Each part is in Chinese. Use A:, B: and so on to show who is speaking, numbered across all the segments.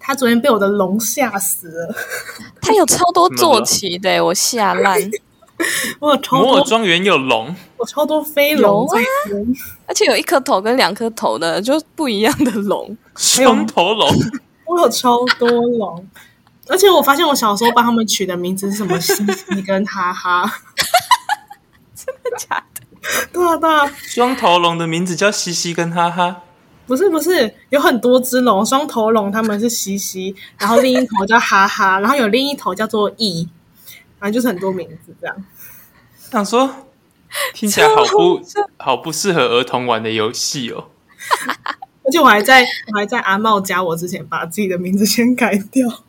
A: 他昨天被我的龙吓死了，
B: 他有超 多坐骑的、欸我吓烂，
A: 我有超
C: 摩尔
A: 多
C: 庄园有龙，
A: 我超多飞
B: 有
A: 龙
B: 啊
A: 在天，
B: 而且有一颗头跟两颗头的，就是不一样的 龙。
C: 双 头龙，
A: 我有超多龙，而且我发现我小时候帮他们取的名字是什么西西跟哈哈，
B: 假的
A: 对啊对啊，
C: 双头龙的名字叫西西跟哈哈。
A: 不是不是，有很多只龙，双头龙它们是西西，然后另一头叫哈哈， 然后有另一头叫做翼，反正就是很多名字这样。
C: 想说，听起来好不好不适合儿童玩的游戏哦。
A: 而且我还在我还在阿茂家，我之前把自己的名字先改掉，我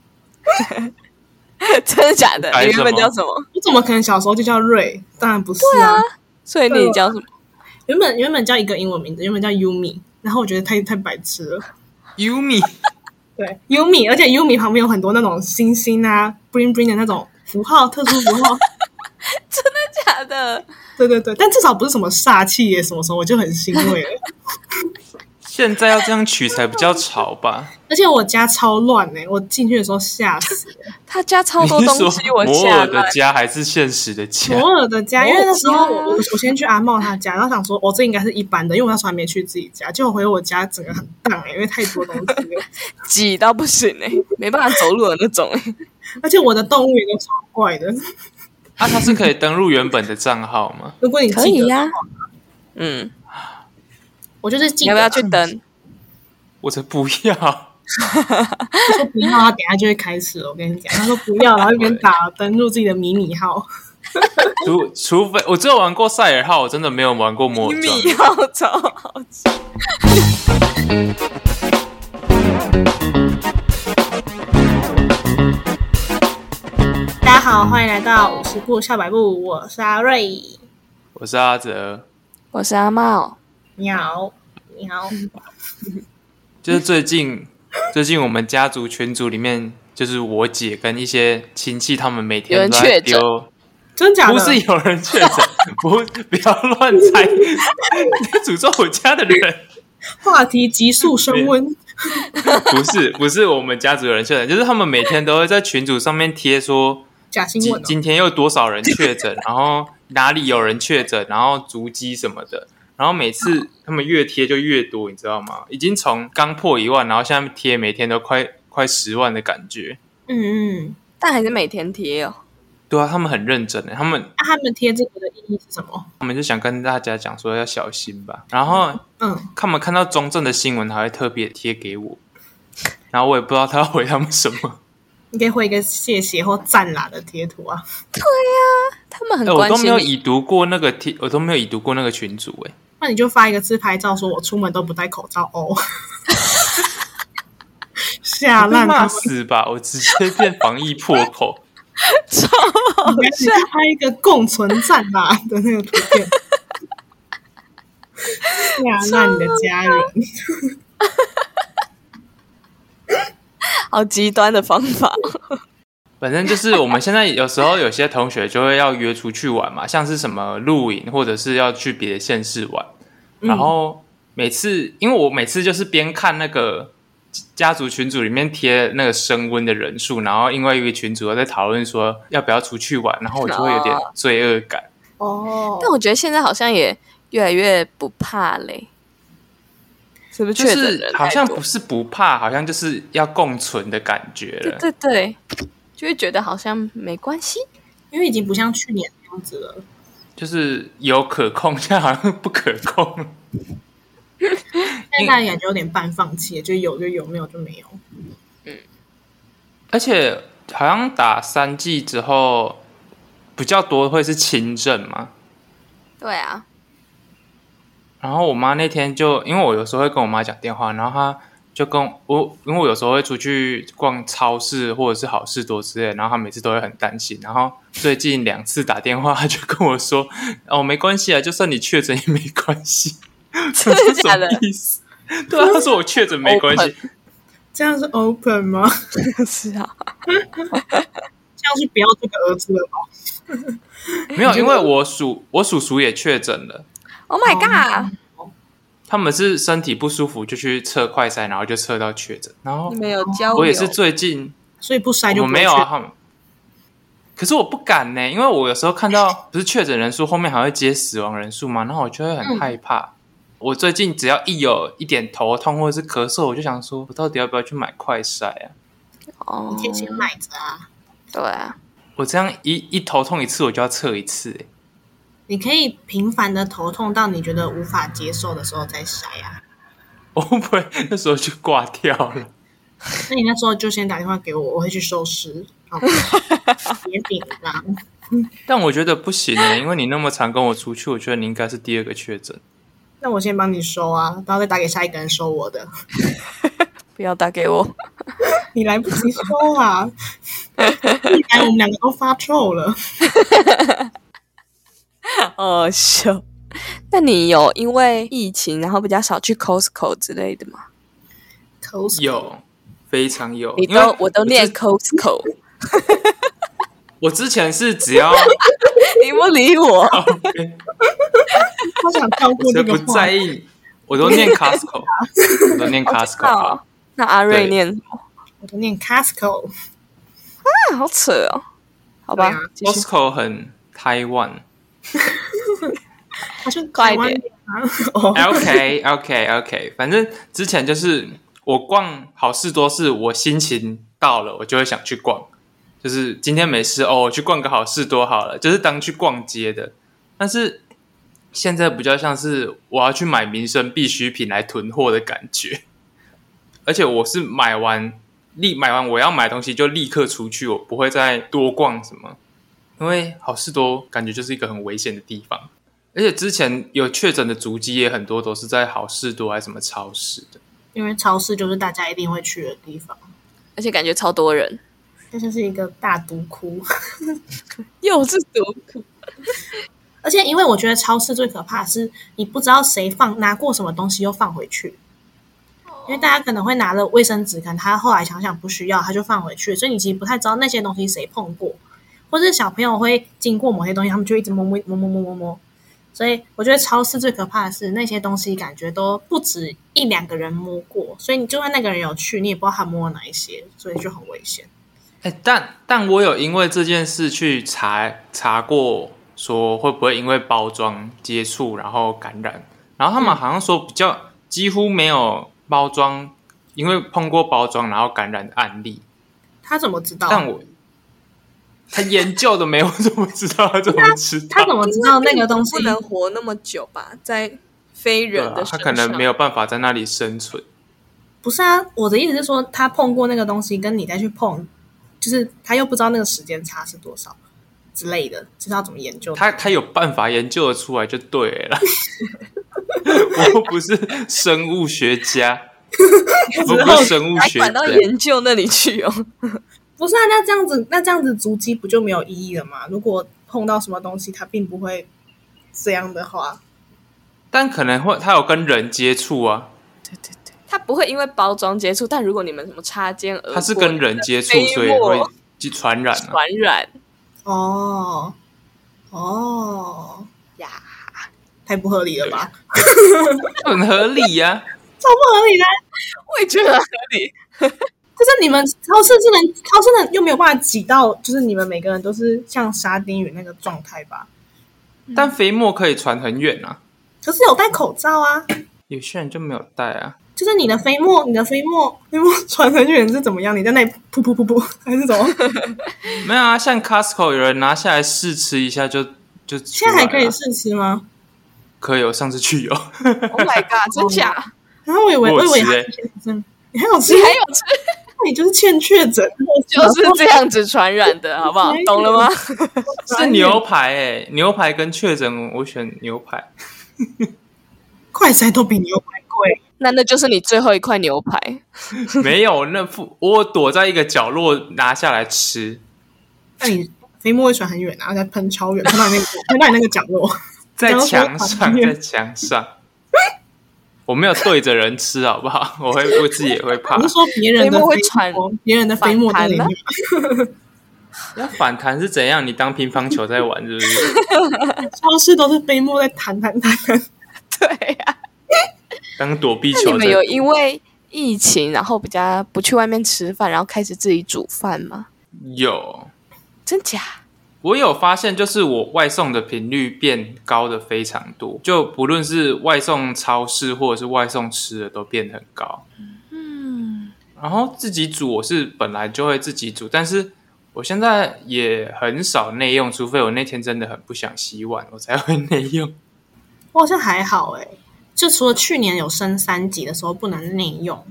B: 真的假的？
C: 改
B: 你
C: 什
B: 原
C: 么
B: 本叫什么？
A: 怎么可能小时候就叫瑞？当然不是啊，
B: 所以你叫什 么？
A: 原本原本叫一个英文名字，原本叫 Yumi，然后我觉得太太白痴了。
C: Yumi
A: 对，Yumi，而且 Yumi 旁边有很多那种星星啊、bling bling 的那种符号、特殊符 号。
B: 假的？
A: 对对对，但至少不是什么煞气耶什么时候，我就很欣 慰了。
C: 现在要这样取才比较潮吧？
A: 而且我家超乱哎、我进去的时候吓 死了。
B: 他家超
C: 你
B: 多
C: 是
B: 东
C: 说
B: 西，我
C: 摩
B: 吓
C: 尔的
B: 烂。
C: 家还是现实 的家？
A: 摩尔的家，因为那时候
B: 摩尔
A: 我
B: 家
A: 我我先去阿茂他家，然后想说，哦，这应该是一般的，因为我那时候还没去自己家，结果回我家整个很荡哎、因为太多东西 了，
B: 挤到不行哎、没办法走路的那 种哎、
A: 而且我的动物也都超怪的。
C: 啊，它是可以登录原本的账号吗？
A: 如果你记得，
C: 啊
B: 呀、嗯，
A: 我就是记
B: 你
A: 得，
B: 要不要去登？
C: 我才不要！
A: 他 说不要，他等一下就会开始了。我跟你讲，他说不要，然后一边 打登入自己的迷你号。
C: 除除非我只有玩过赛尔号，我真的没有玩过摩尔庄
B: 米
C: 园。
B: 要超好吃。
A: 大家好，欢迎来到五十步笑百步，我是阿瑞，
C: 我是阿哲，
B: 我是阿哦茂，
A: 喵喵。
C: 就是最近 最近我们家族群组里面，就是我姐跟一些亲戚，他们每
B: 有
C: 天
B: 人
C: 都在
B: 确诊
C: 丢，
A: 真假的？
C: 不是有人 确诊，不不要乱猜，你在诅咒我家的 人。
A: 话题急速升温，
C: 不是不是我们家族有人确诊，就是他们每天都会在群组上面贴说
A: 假新
C: 今
A: 闻、哦。
C: 今天又多少人 确诊，然后哪里有人确诊，然后足迹什么的，然后每
B: 啊
C: 次他们越贴就越多，你知道吗？已经从刚破一万，然后现在贴每天都快快十万的感觉。
A: 嗯嗯，
B: 但还是每天贴哦。
C: 对啊，他们很认真的，他们
A: 那、他们贴这个的意义是什么？
C: 他们就想跟大家讲说要小心吧，然后
A: 嗯，
C: 他们看到中正的新闻还会特别贴给我，然后我也不知道他要回他们什么。
A: 你可以回一个谢谢或赞啦的贴图啊。
B: 他 们很
C: 哎、我
B: 关
C: 都没
B: 心
C: 有
B: 你，
C: 已读过那个贴，我都没有已读过那个群主哎、
A: 那你就发一个自拍照，说我出门都不戴口罩哦。 吓
C: 被
A: 烂他
C: 骂
A: 们！
C: 死吧！我直接变防疫破口，
B: 超
A: 你赶紧去拍一个共存战啦 的那个图片，吓烂你的家人。
B: 好极端的方法。
C: 反正就是我们现在有时候有些同学就会要约出去玩嘛， 像是什么露营，或者是要去别的县市玩。然后每次，因为我每次就是边看那个家族群组里面贴那个升温的人数，然后另外一个群组又在讨论说要不要出去玩，然后我就会有点
B: 哦
C: 罪恶感。
A: 哦
B: 但我觉得现在好像也越来越不怕嘞，是不是
C: 就
B: 确诊
C: 是
B: 人
C: 好像
B: 太多
C: 不是不怕，好像就是要共存的感觉
B: 对
C: 了。
B: 对对，就会觉得好像没关系。
A: 因为已经不像去年那样子了。
C: 就是有可控，现在好像不可控了。
A: 现在感觉有点半放弃，就有就有，没有就没有。
C: 而且好像打三剂之后比较多会是轻症嘛。
B: 对啊，
C: 然后我妈那天就因为我有时候会跟我妈讲电话，然后她就跟我，因为我有时候会出去逛超市或者是好事多之类的，然后她每次都会很担心。然后最近两次打电话，她就跟我说：“哦，没关系啊，就算你确诊也没关系。”
B: 真的假的
C: 这是什么意思？对啊，她说我确诊没关系，
A: 这样是 open 吗？
B: 是啊，
A: 这样是不要这个儿子了吧？
C: 没有，因为我叔我叔叔也确诊了。
B: Oh my god！
C: 他们是身体不舒服就去测快筛，然后就测到确诊。然后
B: 没有交流，
C: 我也是最近
A: 所以不筛就
C: 我
A: 不会
C: 没有啊，
A: 去。
C: 他们。可是我不敢呢、因为我有时候看到不是确诊人数后面还会接死亡人数嘛，然后我就会很害怕。我最近只要一有一点头痛或者是咳嗽，我就想说，我到底要不要去买快筛啊？
B: 哦，
A: 天天买着啊，
B: 对啊，
C: 我这样一一头痛一次，我就要测一次、欸。
A: 你可以频繁的头痛到你觉得无法接受的时候再筛啊。
C: 我会不会那时候就挂掉了？
A: 那你那时候就先打电话给我，我会去收尸，好吗？别饼啦，
C: 但我觉得不行欸，因为你那么常跟我出去，我觉得你应该是第二个确诊。
A: 那我先帮你收啊，然后再打给下一个人收我的。
B: 不要打给 我，
A: 你来不及收啊！一来我们两个都发臭了。
B: 哦，笑。那你有因为疫情，然后比较少去 Costco 之类的吗？
A: Costco
C: 有，非常有。
B: 你
C: 因为
B: 都我都念
C: 之
B: Costco，
C: 我之前是只要
B: 你不理我，
A: 他想跳过
C: 我
A: 这
C: 才
A: 个
C: 不
A: 话
C: 在意，我 都念 Costco，我都念 Costco
B: 哦
C: 啊。
B: 那阿瑞
C: 对
B: 念什么
A: 我都念 Costco，
B: 啊，好扯哦。好吧
A: 对啊，
B: 继续
C: Costco 很台湾。
A: 他是
B: 快
A: 台湾
B: 点
A: 人啊 哦，
C: OK OK OK，反正之前就是我逛好事多是我心情到了，我就会想去逛。就是今天没事哦，我去逛个好事多好了，就是当去逛街的。但是现在比较像是我要去买民生必需品来囤货的感觉，而且我是买完立买完我要买东西就立刻出去，我不会再多逛什么，因为好事多感觉就是一个很危险的地方。而且之前有确诊的足迹也很多，都是在好事多还是什么超市的。
A: 因为超市就是大家一定会去的地方，
B: 而且感觉超多人，
A: 这就是一个大毒窟。
B: 又是毒苦，
A: 而且因为我觉得超市最可怕的是你不知道谁放拿过什么东西又放回去，因为大家可能会拿了卫生纸，可能他后来想想不需要，他就放回去，所以你其实不太知道那些东西谁碰过，或是小朋友会经过某些东西，他们就一直摸摸摸摸摸摸摸。所以我觉得超市最可怕的是那些东西，感觉都不止一两个人摸过，所以你就算那个人有去，你也不知道他摸了哪一些，所以就很危险。
C: 哎、但但我有因为这件事去查查过，说会不会因为包装接触然后感染，然后他们好像说比较几乎没有包装，因为碰过包装然后感染的案例。
A: 他怎么知道？
C: 但我 他研究的没有，我怎么知道？他怎么知道？
A: 啊他怎么知道那个东西
B: 不能活那么久吧？在非
C: 对
B: 人
C: 啊
B: 的、
C: 他可能没
B: 有，
C: 有办法在那里生存。
A: 不是啊，我的意思是说，他碰过那个东西，跟你再去碰，就是他又不知道那个时间差是多少之类的，知道怎么研究。
C: 他他有办法研究的出来就对了。 我又不是生物学家，我又不是生物
B: 还
C: 学
B: 管
C: 家
B: 到。研究那里去哦。
A: 不是啊，那这样子，那这样子足迹不就没有意义了吗？如果碰到什么东西，它并不会这样的话，
C: 但可能会他有跟人接触啊，
B: 对对对，他不会因为包装接触，但如果你们什么擦肩而过，
C: 他是跟人接触，
B: 飞
C: 所以
B: 沫
C: 会传染、啊。
B: 传染
A: 哦哦，
B: 呀。
A: 太不合理了吧？
C: 很合理呀、
A: 超不合理的啊，
B: 我也觉得合理，
A: 就是你们超市是能，超市能又没有办法挤到，就是你们每个人都是像沙丁鱼那个状态吧？
C: 但飞沫可以传很远啊，
A: 可是有戴口罩啊。
C: 有些人就没有戴啊。
A: 就是你的飞沫，你的飞沫， 飞沫传回去人是怎么样？你在那里噗噗噗噗， 还是怎么？
C: 没有啊，像 Costco 有人拿下来试吃一下就就出
A: 现
C: 来
A: 在
C: 了啊
A: 还可以试吃吗？
C: 可以，我上次去有，
B: Oh my god，真假？
A: 然后我以为，
C: 我
A: 我
C: 有
A: 以为
C: 吃
A: 他
C: 欸
A: 嗯你还有吃
B: 你，还有吃，
A: 那你就是欠确诊，
B: 就是这样子传染的，好不好
A: 我 才？
B: 懂了吗？
C: 是牛排诶、牛排跟确诊我选牛排。
A: 快筛都比牛排贵。
B: 那那就是你最后一块牛排。
C: 没有，那副我躲在一个角落拿下来 吃，
A: 那你飞沫会传很远啊，然后再喷超远，喷到你那个， 喷到你那个角落。
C: 在墙
A: 然后
C: 上，
A: 说
C: 在墙上。我没有对着人吃，好不好？ 我会，我自己也会 怕
A: 你。是说别人的
B: 飞沫会
A: 飞沫
B: 传
A: 别人的飞沫在
B: 反弹
A: 里
B: 吗
A: 面？
C: 要反弹是怎样？你当乒乓球在玩，是 不是？
A: 超市都是飞沫在弹弹弹弹。
B: 对呀、
C: 当躲避
B: 啊那
C: 球
B: 你
C: 在
B: 们有因为疫情，然后比较不去外面吃饭，然后开始自己煮饭吗？
C: 有，
B: 真假？
C: 我有发现，就是我外送的频率变高的非常多，就不论是外送超市或者是外送吃的都变得很高。
B: 嗯，
C: 然后自己煮，我是本来就会自己煮，但是我现在也很少内用，除非我那天真的很不想洗碗，我才会内 用。
A: 我好像还好哎、就除了去年有升三级的时候不能内用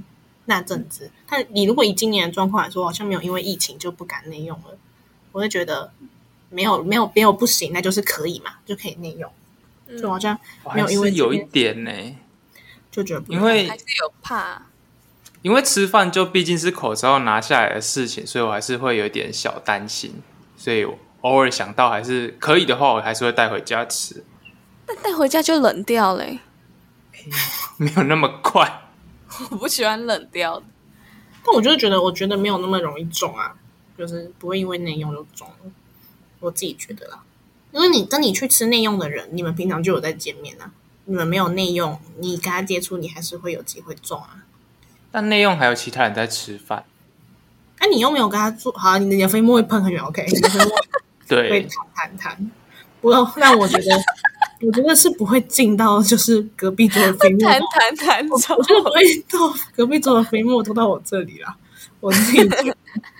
A: 那阵子，但你如果以今年的状况来说，我好像没有因为疫情就不敢内用了。我会觉得没
C: 嗯
A: 有没有没有不行，那就是可以嘛，就可以内用。
B: 嗯
A: 就好像
C: 我
A: 没
C: 还
A: 有因
C: 是
A: 为
C: 有
A: 这
C: 一
A: 边
C: 点呢、
A: 就觉得不
C: 因为
B: 还是有怕。
C: 因为吃饭就毕竟是口罩拿下来的事情，所以我还是会有点小担心，所以我偶尔想到还是可以的话，我还是会带回家吃，
B: 但带回家就冷 掉嘞、
C: 没有那么快。
B: 我不喜欢冷掉的。
A: 但我就是觉得，我觉得没有那么容易中啊，就是不会因为内用就中了我自己觉得啦，因为你跟你去吃内用的人，你们平常就有在见面啊，你们没有内用，你跟他接触，你还是会有机会中啊。
C: 但内用还有其他人在吃饭，
A: 那、你又没有跟他做好啊，你的飞沫会喷很远，OK？你的飞 沫会
C: 对，
A: 弹弹弹，不过让我觉得， 我觉得是不会进到就是隔壁桌的飞沫
B: 谈谈谈走
A: 我，觉得不会到隔壁桌的飞沫都到我这里啦。我自己觉得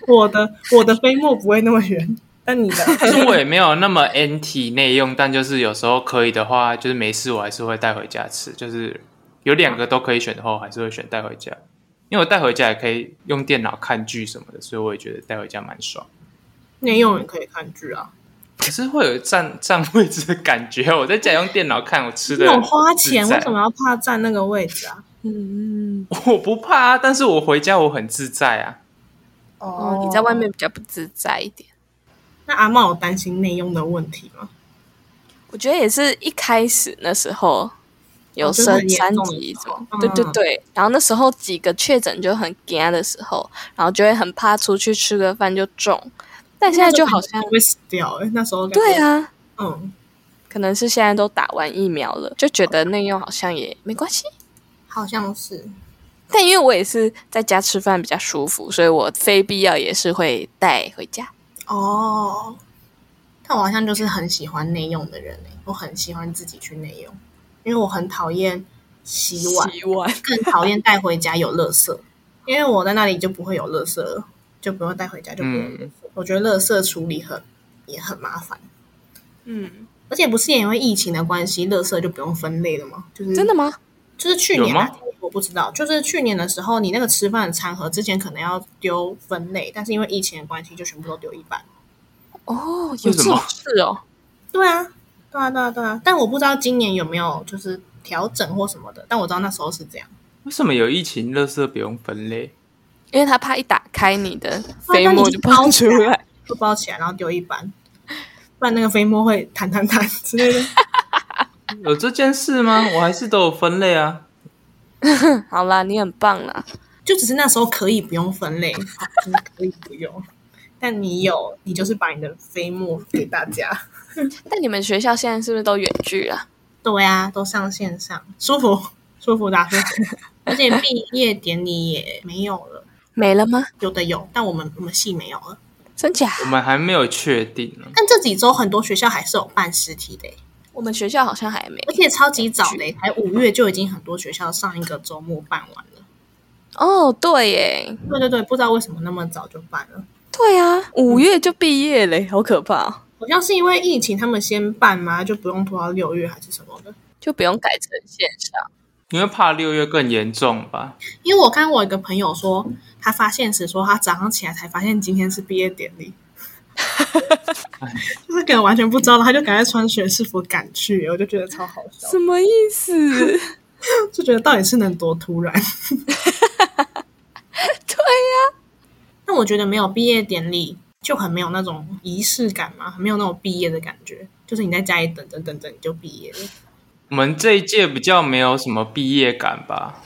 A: 我的 我的飞沫不会那么远，但你的
C: 其实我也没有那么 NT 内用，但就是有时候可以的话，就是没事我还是会带回家吃，就是有两个都可以选的话，我还是会选带回家，因为我带回家也可以用电脑看剧什么的，所以我也觉得带回家蛮爽。
A: 内用也可以看剧啊，
C: 可是会有占占位置的感觉。我在家用电脑看，我 吃的
A: 那种花钱
C: 自在
A: 为什么要怕占那个位置啊？
B: 嗯，
C: 我不怕啊，但是我回家我很自在啊。
B: 哦，你在外，面比较不自在一点。
A: 那阿茂有担心内用的问题吗？
B: 我觉得也是一开始那时候有
A: 哦就是
B: 升
A: 很严
B: 三
A: 重的
B: 级
A: 时
B: 什么，
A: 候
B: 对对
A: 嗯
B: 对。然后那时候几个确诊就很惊的时候，然后就会很怕出去吃个饭就中。但现在就好像
A: 会死掉哎、欸，那时候感觉
B: 对，啊，
A: 嗯，
B: 可能是现在都打完疫苗了，就觉得内用好像也没关系。
A: 好像是
B: 但因为我也是在家吃饭比较舒服，所以我非必要也是会带回家。
A: 哦。但我好像就是很喜欢内用的人哎、我很喜欢自己去内用，因为我很讨厌洗碗。
B: 洗碗，
A: 更讨厌带回家有垃圾，因为我在那里就不会有垃圾了，就不用带回家就不会有
C: 嗯
A: 垃圾。我觉得垃圾处理很也很麻烦，
B: 嗯，
A: 而且不是也因为疫情的关系，垃圾就不用分类了吗？就是
B: 真的，吗？
A: 就是去年
C: 有
A: 啊，我不知道，就是去年的时候，你那个吃饭的餐盒之前可能要丢分类，但是因为疫情的关系，就全部都丢一半。
B: 哦，有
C: 为
B: 这
C: 什
B: 种
C: 么
B: 事哦。
A: 对啊，对啊，对啊，对啊，但我不知道今年有没有就是调整或什么的，但我知道那时候是这样。
C: 为什么有疫情，垃圾不用分类？
B: 因为他怕一打开哦你的飞
A: 那
B: 沫
A: 你
B: 就
A: 就
B: 喷出来。
A: 就包起来，然后丢一般， 不然那个飞沫会弹弹弹之类的。
C: 有这件事吗？我还是都有分类啊。
B: 好啦，你很棒啦，
A: 就只是那时候可以不用分类，就是可以不用， 但你有，你就是把你的飞沫给大家。
B: 但你们学校现在是不是都远距啊？
A: 对啊，都上线上，舒服舒服打舒服，而且毕业典礼也没有了，
B: 没了吗？
A: 有的有，但我们我们系没有了。
B: 真假？
C: 我们还没有确定呢。
A: 但这几周很多学校还是有办实体的欸、
B: 我们学校好像还没
A: 而且超级早的欸、才五月就已经很多学校上一个周末办完了。
B: 哦。对耶，
A: 对对对，不知道为什么那么早就办了。
B: 对啊，五月就毕业嘞，好可怕、哦！
A: 好像是因为疫情，他们先办嘛，就不用拖到六月还是什么的。
B: 就不用改成线上。
C: 因为怕六月更严重吧？
A: 因为我看我有一个朋友说，他发现时说他早上起来才发现今天是毕业典礼，就是可能完全不知道，他就赶快穿学士服赶去，我就觉得超好笑，
B: 什么意思？
A: 就觉得到底是能多突然。
B: 对啊呀、
A: 但我觉得没有毕业典礼就很没有那种仪式感嘛，很没有那种毕业的感觉，就是你在家里等等等等你就毕业了。
C: 我们这一届比较没有什么毕业感吧？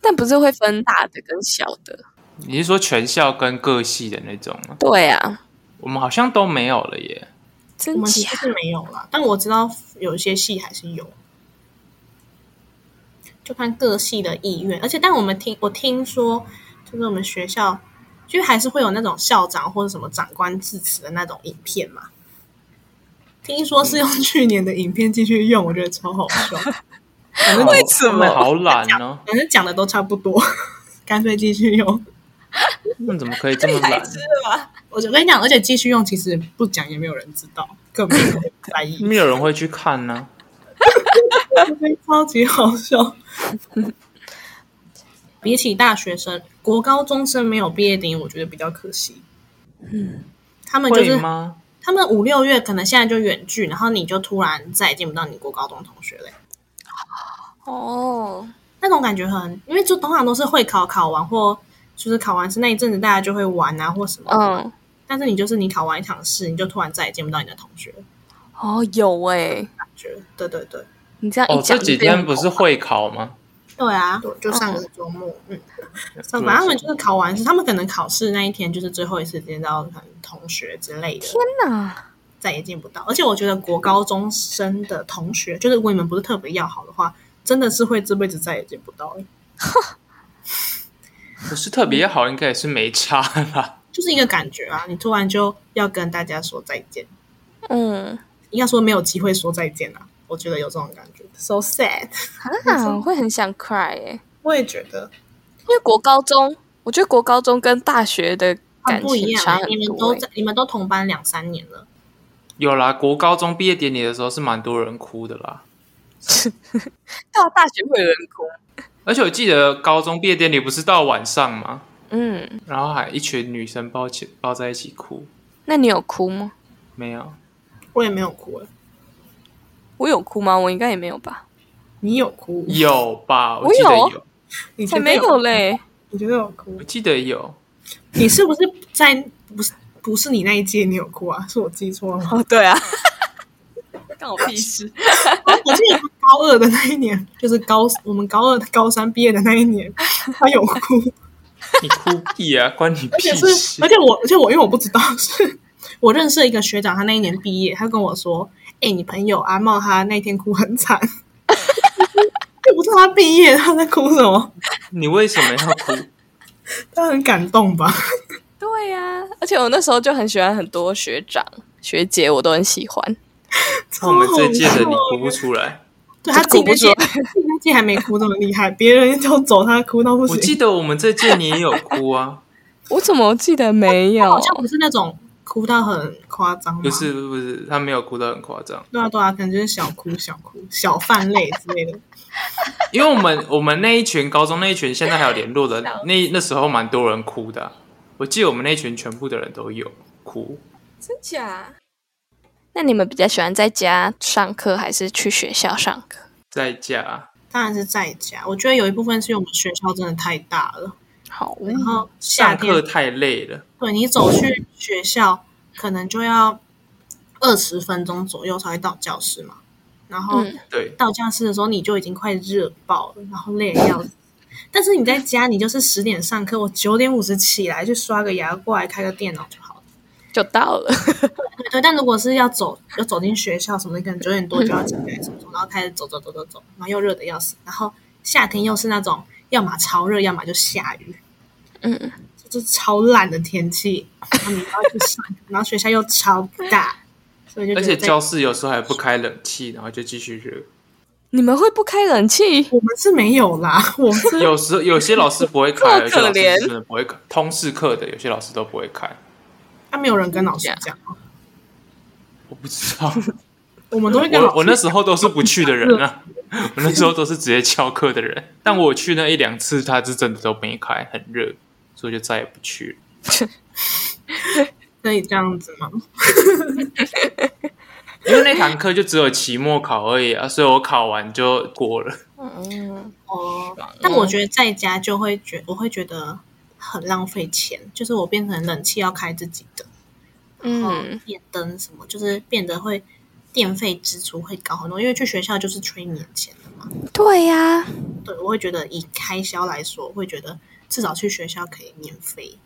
B: 但不是会分大的跟小的？
C: 你是说全校跟各系的那种吗？
B: 对啊，
C: 我们好像都没有了耶。
A: 我
B: 真
A: 们其
B: 假
A: 实？是没有啦，但我知道有一些戏还是有。就看各系的意愿。而且，但我们听我听说，就是我们学校就还是会有那种校长或者什么长官致辞的那种影片嘛。听说是用去年的影片继续用，我觉得超好笑。反正
B: 为什么
C: 他们好懒哦？
A: 反正讲的都差不多， 干脆继续用。
C: 他们怎么可以这么
B: 白
C: 懒？
B: 痴吧？
A: 我就跟你讲，而且继续用，其实不讲也没有人知道，更没有人在意，
C: 没有人会去看呢、
A: 超级好笑。比起大学生，国高中生没有毕业典礼，我觉得比较可惜。他们就
C: 嗯会
A: 是
C: 吗？
A: 他们五六月可能现在就远距，然后你就突然再也见不到你国高中同学嘞，
B: 哦，
A: 那种感觉很，因为就通常都是会考考完或就是考完试那一阵子大家就会玩啊或什
C: 哦
A: 么，
B: 嗯，
A: 但是你就是你考完一场试，你就突然再也见不到你的同学了，
B: 哦，有哎、
A: 感觉对对对。
B: 你这样
C: 哦，
B: 一
C: 这
B: 讲、
C: 几天不是会考吗？
A: 对啊，就上个周末，嗯， 反正他们就是考完试，他们可能考试那一天就是最后一次见到可能同学之类的，
B: 天哪，
A: 再也见不到。而且我觉得国高中生的同学，就是如果你们不是特别要好的话，真的是会这辈子再也见不到了，
C: 不是特别好，应该也是没差啦。
A: 就是一个感觉啊，你突然就要跟大家说再见，
B: 嗯
A: 应该说没有机会说再见啊，我觉得有这种感觉，so sad。
B: 啊，我会很想 cry 哎、
A: 我也觉得
B: 因为国高中，我觉得国高中跟大学的
A: 很
B: 感
A: 不一
B: 情
A: 样
B: 差
A: 啊、
B: 很多、欸。
A: 你们都在，你们都同班两三年了。
C: 有啦，国高中毕业典礼的时候是蛮多人哭的啦。
B: 到大学会有人哭，
C: 而且我记得高中毕业典礼不是到晚上吗？
B: 嗯，
C: 然后还一群女生抱起抱在一起哭，
B: 那你有哭吗？
C: 没有？
A: 我也没有哭、欸，
B: 我有哭吗？我应该也没有吧，
A: 你有哭？
C: 有吧？
B: 我
C: 记得
B: 有
C: 有，
A: 你觉
B: 才
A: 得
B: 没有嘞。
A: 你觉得有哭
C: 我？记得有。
A: 你是不是在不是不是你那一届你有哭啊？是我记错 了吗？
B: 哦，对啊，干我屁事。
A: 我记得高二的那一年，就是高我们高二高三毕业的那一年，他有哭，
C: 你哭屁啊， 关你
A: 而且
C: 屁
A: 是
C: 事
A: 而！且我而且我因为我不知道，是我认识一个学长，他那一年毕业，他跟我说：“哎、你朋友阿茂他那天哭很惨。”我不知道他毕业他在哭什么，
C: 你为什么要哭？
A: 他很感动吧？
B: 对呀、而且我那时候就很喜欢很多学长学姐，我都很喜欢。
C: 我们这届的
A: 超
C: 你
A: 好
C: 哭不出来。
A: 对他自己那届，自己那届还没哭那么厉害，别人都走，他哭到不
C: 我
A: 行。
C: 记得我们这届你也有哭啊，
B: 我怎么记得没有？
A: 好像不是那种哭到很夸张吗？
C: 不是不是不是，他没有哭得很夸张，
A: 对啊对啊，可能就是小哭小哭、小泛泪之类的。
C: 因为我们 我们那一群高中那一群现在还有联络 的，那那时候蛮多人哭的啊、我记得我们那一群全部的人都有哭，
B: 真假？那你们比较喜欢在家上课，还是去学校上课？
C: 在家
A: 当然是在家，我觉得有一部分是因为我们学校真的太大了，
B: 好，
A: 然后夏
C: 上课
A: 天
C: 太累了，
A: 对你走去学校可能就要二十分钟左右才会到教室嘛，然后
B: 嗯
C: 对，
A: 到教室的时候你就已经快热爆了，然后累得要死。但是你在家，你就是十点上课，我九点五十起来去刷个牙，过来开个电脑就好了。
B: 就到了。
A: 对对，但如果是要走，要走进学校什么的，可能九点多就要起来什么什么，然后开始走走走走走，然后又热的要死，然后夏天又是那种要么超热，要么就下雨，
B: 嗯，
A: 就是超烂的天气，然后你又要去上，然后学校又超大，所以就
C: 而
A: 觉
C: 且
A: 得在
C: 教室有时候还不开冷气，然后就继续热。
B: 你们会不开冷气？
A: 我们是没有啦，我们是
C: 有时有些老师不会开，
B: 这么
C: 有些老
B: 可怜
C: 师真的不会开，通识课的有些老师都不会开，
A: 他没有人跟老师讲，
C: 我不知道。
A: 我们都会跟老
C: 我
A: 师
C: 我那时候都是不去的人啊， 我那时候都是直接翘课的人。但我去那一两次，他是真的都没开，很热，所以就再也不去了。
A: 可以这样子吗？
C: 因为那堂课就只有期末考而已啊，所以我考完就过了。
B: 嗯，
A: 哦，但我觉得在家就会觉，我会觉得很浪费钱，就是我变成冷气要开自己的。嗯
B: 嗯，，
A: 电灯什么，就是变得会电费支出会高很多，因为去学校就是吹免钱的嘛。
B: 对呀、
A: 对，我会觉得以开销来说，我会觉得至少去学校可以免费。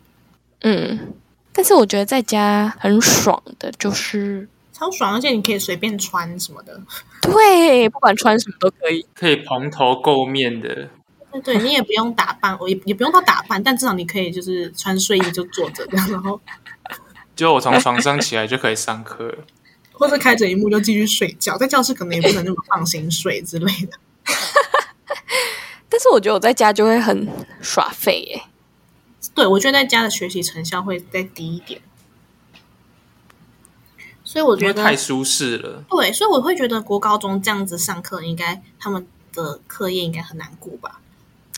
B: 嗯。但是我觉得在家很爽的，就是
A: 超爽，而且你可以随便穿什么的。
B: 对，不管穿什么都可以。
C: 可以蓬头垢面的，
A: 对对，你也不用打扮，我也也不用到打扮，但至少你可以就是穿睡衣就坐着这样，然后
C: 就我从床上起来就可以上课了。
A: 或者开着荧幕就继续睡觉，在教室可能也不能那么放心睡之类的。
B: 但是我觉得我在家就会很耍废耶、
A: 对，我觉得在家的学习成效会再低一点。所以我
C: 因
A: 觉
C: 为
A: 得
C: 太舒适了。
A: 对，所以我会觉得国高中这样子上课，应该他们的课业应该很难顾吧？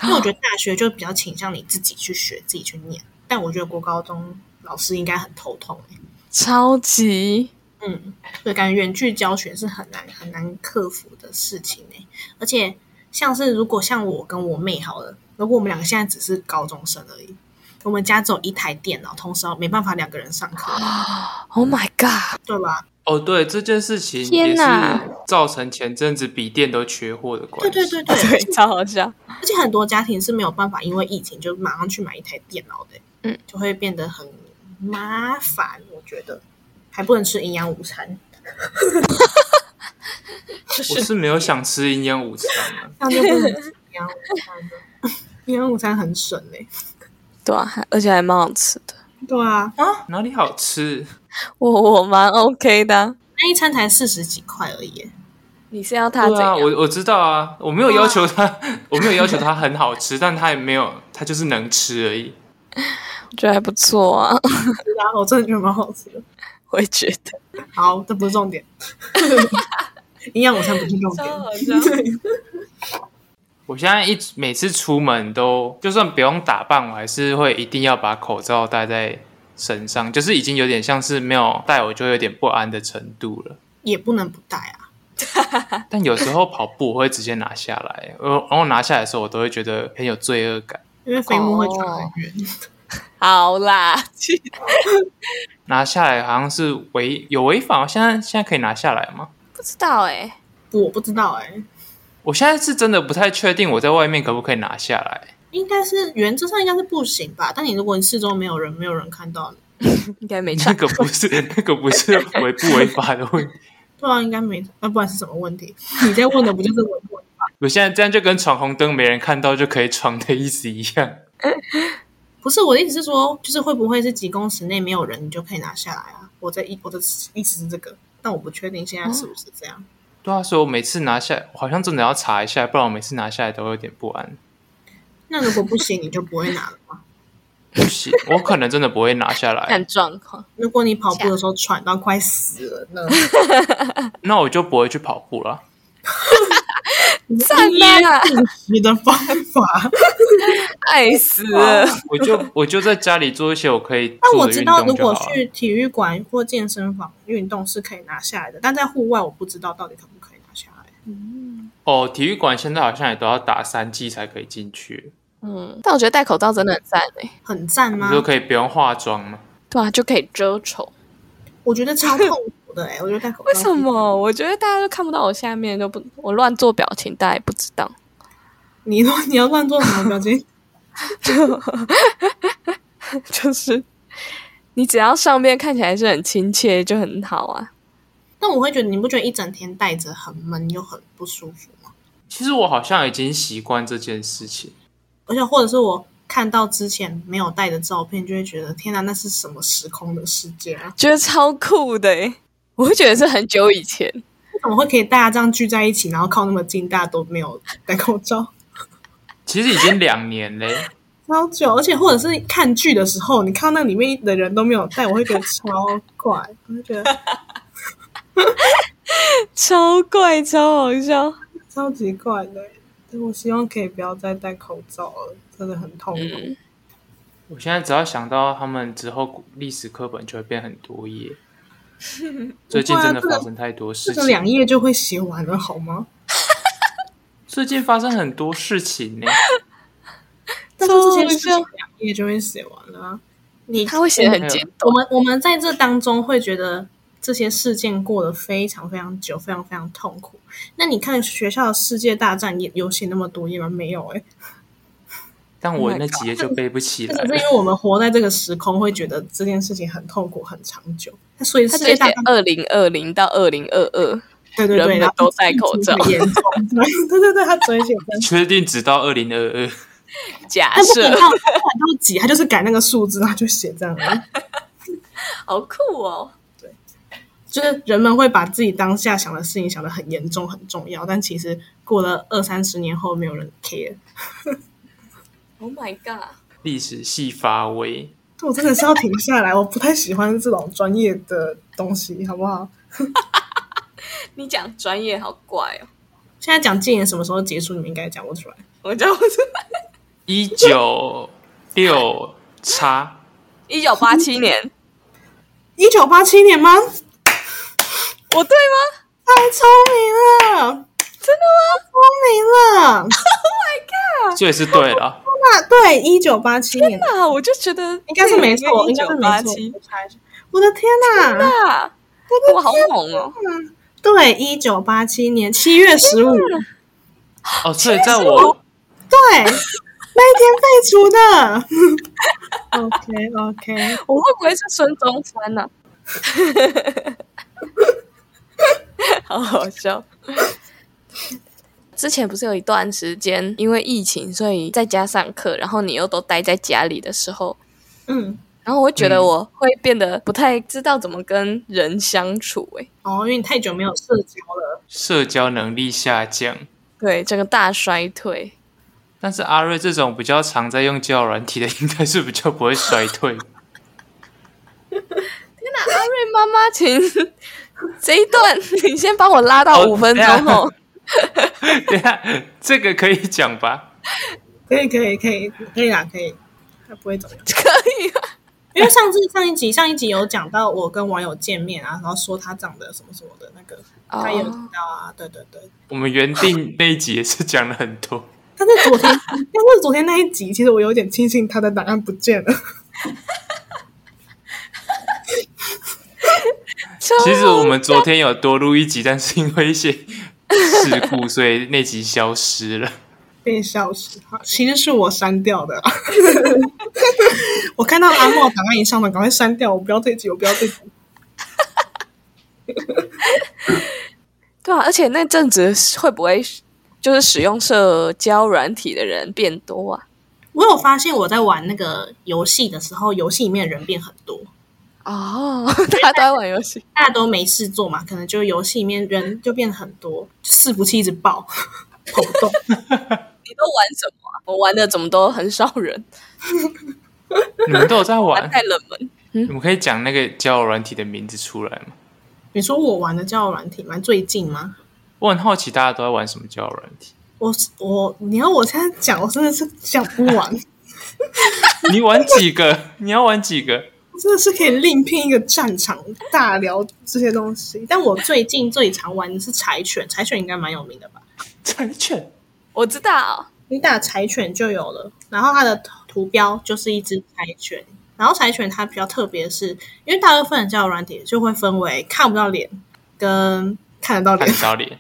A: 因为我觉得大学就比较倾向你自己去学、自己去念，但我觉得国高中老师应该很头痛、欸、
B: 超级
A: 嗯，对，感觉远距教学是很难很难克服的事情哎、而且像是如果像我跟我妹好了，如果我们两个现在只是高中生而已，我们家只有一台电脑，同时没办法两个人上课，
B: ，Oh my god！
A: 对吧？
C: 哦，对，这件事情
B: 天
C: 也是
B: 哪
C: 造成前阵子笔电都缺货的关
A: 对
C: 系。
A: 对对对，
B: 对，超好笑。
A: 而且很多家庭是没有办法因为疫情就马上去买一台电脑的、
B: 嗯，
A: 就会变得很麻烦，我觉得还不能吃营养午餐，
C: 我是没有想吃营养午餐啊，
A: 这样就不能吃营养午餐了。 营养午餐很省哎、
B: 对啊，还而且还蛮好吃的，
A: 对啊，啊，
C: 哪里好吃？
B: 我我蛮 OK 的啊。
A: 那一餐才四十几块而已耶、
B: 你是要他怎
C: 对啊，
B: 样？
C: 我我知道啊，我没有要求它， 我没有要求它很好吃，但它也没有，它就是能吃而已。
B: 觉得还不错啊，
A: 对啊，我真的觉得蛮好吃的。
B: 我也觉得
A: 好，这不是重点， 营养午餐不是重点。
B: 笑。
C: 我现在一直每次出门都，就算不用打扮，我还是会一定要把口罩戴在身上，就是已经有点像是没有戴，我就有点不安的程度了。
A: 也不能不带啊。
C: 但有时候跑步我会直接拿下来，呃，然后拿下来的时候我都会觉得很有罪恶感。
A: 因为飞沫会传很远
B: 好啦，去
C: 拿下来好像是违有违法吗，现在现在可以拿下来吗？
B: 不知道哎、
A: 我不知道哎、
C: 我现在是真的不太确定我在外面可不可以拿下来。
A: 应该是原则上应该是不行吧。但你如果你四周没有人，没有人看到你，
B: 应该没
C: 那
B: 差。
C: 个不 是那个不是违不违法的问题。
A: 对啊，应该没，那不然是什么问题？你在问的不就是我问？
C: 我现在这样就跟闯红灯没人看到就可以闯的意思一样。
A: 不是我的意思是说，就是会不会是几公尺内没有人，你就可以拿下来啊？我在意我的意思是这个，但我不确定现在是不是这样。
C: 对啊，所以我每次拿下来，我好像真的要查一下，不然我每次拿下来都有点不安。
A: 那如果不行，你就不会拿了吗？
C: 不行，我可能真的不会拿下 来，
B: 看状况，
A: 如果你跑步的时候喘到快死了 呢？
C: 那我就不会去跑步了。
B: 赞啊啦，
A: 你的方 法。
B: 爱死了！
C: 我就我就在家里做一些我可以
A: 但
C: 做
A: 我
C: 的
A: 知
C: 运
A: 道，如
C: 动就
A: 果
C: 好了。
A: 去体育馆或健身房运动是可以拿下来的，但在户外我不知道到底可不可以拿下欸来。
C: 哦，体育馆现在好像也都要打三剂才可以进去，
B: 嗯，但我觉得戴口罩真的很赞哎、
A: 很赞
C: 你
A: 吗？
C: 说可以不用化妆吗？
B: 对啊，就可以遮丑。
A: 我觉得超痛苦的哎、我觉得戴口罩
B: 为什？么？我觉得大家都看不到我下面，都不我乱做表情，大家也不知道。
A: 你乱你要乱做什么表情？
B: 就是你只要上面看起来是很亲切，就很好啊。
A: 但我会觉得，你不觉得一整天戴着很闷又很不舒服吗？
C: 其实我好像已经习惯这件事情。
A: 而且或者是我看到之前没有戴的照片，就会觉得天哪，那是什么时空的世界啊？
B: 觉得超酷的诶，我会觉得是很久以前，
A: 为什么会可以大家这样聚在一起，然后靠那么近，大家都没有戴口罩？
C: 其实已经两年嘞，
A: 超久，而且或者是看剧的时候，你看到那里面的人都没有戴，我会觉得超怪，我会觉得
B: 超怪，超好笑。
A: 超级怪的。 但我希望可以不要再戴口罩了，真的很痛苦。
B: 嗯，
C: 我现在只要想到他们之后历史课本就会变很多页。 最近真的发生太多
A: 这
C: 事
A: 个
C: 情，
A: 两页就会写完了，好吗？
C: 最近发生很多事情呢、
A: 但是这些事情
B: 超好笑
A: 两页就会写完了、啊。你
B: 他会写得很简
A: 我
B: 短，
A: 们我们在这当中会觉得这些事件过得非常非常久，非常非常痛苦。欸那你看学校的世界大战也有写那么多页吗？没有哎、
C: 但我
B: Oh my
C: 那几页就背不起
A: 这
C: 来
A: 只是因为我们活在这个时空，会觉得这件事情很痛苦、很长久。那所以
B: 他
A: 世
B: 直接
A: 界大
B: 写
A: 战，
B: 二零二零到二零二二，
A: 对对
B: 人
A: 对，
B: 们
A: 然后
B: 都戴口罩
A: 疫情很 严重，对对对对，他追写真的。
C: 确定直到二零二二。
B: 假
A: 但不
B: 设
A: 管他不管到几，他就是改那个数字，他就写这样而已。
B: 好酷哦。
A: 就是人们会把自己当下想的事情想得很严重、很重要，但其实过了二三十年后，没有人 care。
B: Oh my god！
C: 历史系发威，
A: 我真的是要停下来，我不太喜欢这种专业的东西，好不好？
B: 你讲专业好怪哦，
A: 现在讲禁言什么时候结束，你们应该讲不出来。
B: 我讲不出来。
C: 一九六叉，
B: 一九八七年，
A: 一九八七年吗？
B: 我对吗？
A: 太聪明 了，
B: 真的
A: 聪明了。
C: 这也是对了。
A: 那对，一九八七年
B: 吗？啊，我就觉得
A: 应该是没错，
B: 一
A: 应该
B: 九
A: 是没
B: 八
A: 错。
B: 七
A: 我查一下我的天哪！
B: 啊，我好猛哦！
A: 对，一九八七年七月十五，对，
C: 哦，所以在我
A: 那一天废除的。OK OK，
B: 我会不会是孙中山啊呢、 好好笑。之前不是有一段时间因为疫情，所以在家上课，然后你又都待在家里的时候，
A: 嗯，
B: 然后我会觉得我会变得不太知道怎么跟人相处、欸，
A: 哦，因为你太久没有社交了，
C: 社交能力下降，
B: 对，整个大衰退。
C: 但是阿瑞这种比较常在用交友软体的，应该是比较不会衰退。
B: 阿瑞妈妈，请这一段你先帮我拉到
C: 哦
B: 五分钟
C: 等一下
B: 后，
C: 等一下这个可以讲吧？
A: 可以可以可以可以啦，可以，他不会怎么样。
B: 可以吗？
A: 因为上次上一集上一集有讲到我跟网友见面啊，然后说他长得什么什么的那个，他也有提
B: 哦
A: 到啊，对对对。
C: 我们原定那一集也是讲了很多，
A: 但是昨天，但是昨天那一集，其实我有点庆幸他的档案不见了。
C: 其实我们昨天有多录一集，但是因为一些事故，所以那集消失了。
A: 被笑死，其实是我删掉 的、啊我看到阿莫档案一上的，赶快删掉，我不要这集，我不要这集。
B: 对啊，而且那阵子会不会就是使用社交软体的人变多啊？
A: 我有发现我在玩那个游戏的时候，游戏里面人变很多，
B: 哦， 大家都在玩游戏，
A: 大家都没事做嘛，可能就游戏里面人就变很多，伺服器一直爆， 跑不动。
B: 你都玩什么啊、我玩的怎么都很少 人，
C: 你们都有在
B: 玩
C: 玩，
B: 太冷门。
C: 你们可以讲那个交友软体的名字出来吗？
A: 你说我玩的交友软体吗？最近吗？
C: 我很好奇大家都在玩什么交友软体。
A: 我我你要我现在讲，我真的是讲不完，
C: 你玩几个？ 你要玩几个？
A: 我真的是可以另聘一个战场大聊这些东西。但我最近最常玩的是柴犬，柴犬应该蛮有名的吧？
C: 柴犬
B: 我知道，
A: 你打柴犬就有了，然后它的图标就是一只柴犬。然后柴犬它比较特别的是，因为大部分的交友软体就会分为看不到脸跟看得到
C: 看
A: 脸
C: 得，到脸，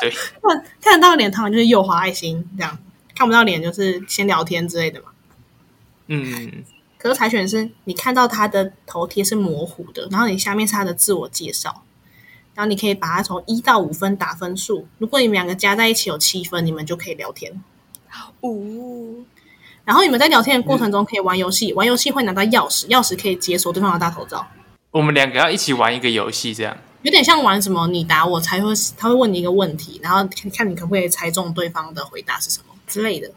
C: 对，
A: 看 看得到脸通常就是右滑爱心这样，看不到脸就是先聊天之类的嘛。
C: 嗯，
A: 可是柴犬是你看到它的头贴是模糊的，然后你下面是它的自我介绍，然后你可以把它从一到五分打分数，如果你们两个加在一起有七分，你们就可以聊天。
B: 呜、
A: 然后你们在聊天的过
C: 嗯
A: 程中可以玩游戏，玩游戏会拿到钥匙，钥匙可以解锁对方的大头照，
C: 我们两个要一起玩一个游戏，这样
A: 有点像玩什么你答我猜，会他会问你一个问题，然后看看你可不可以猜中对方的回答是什么之类的，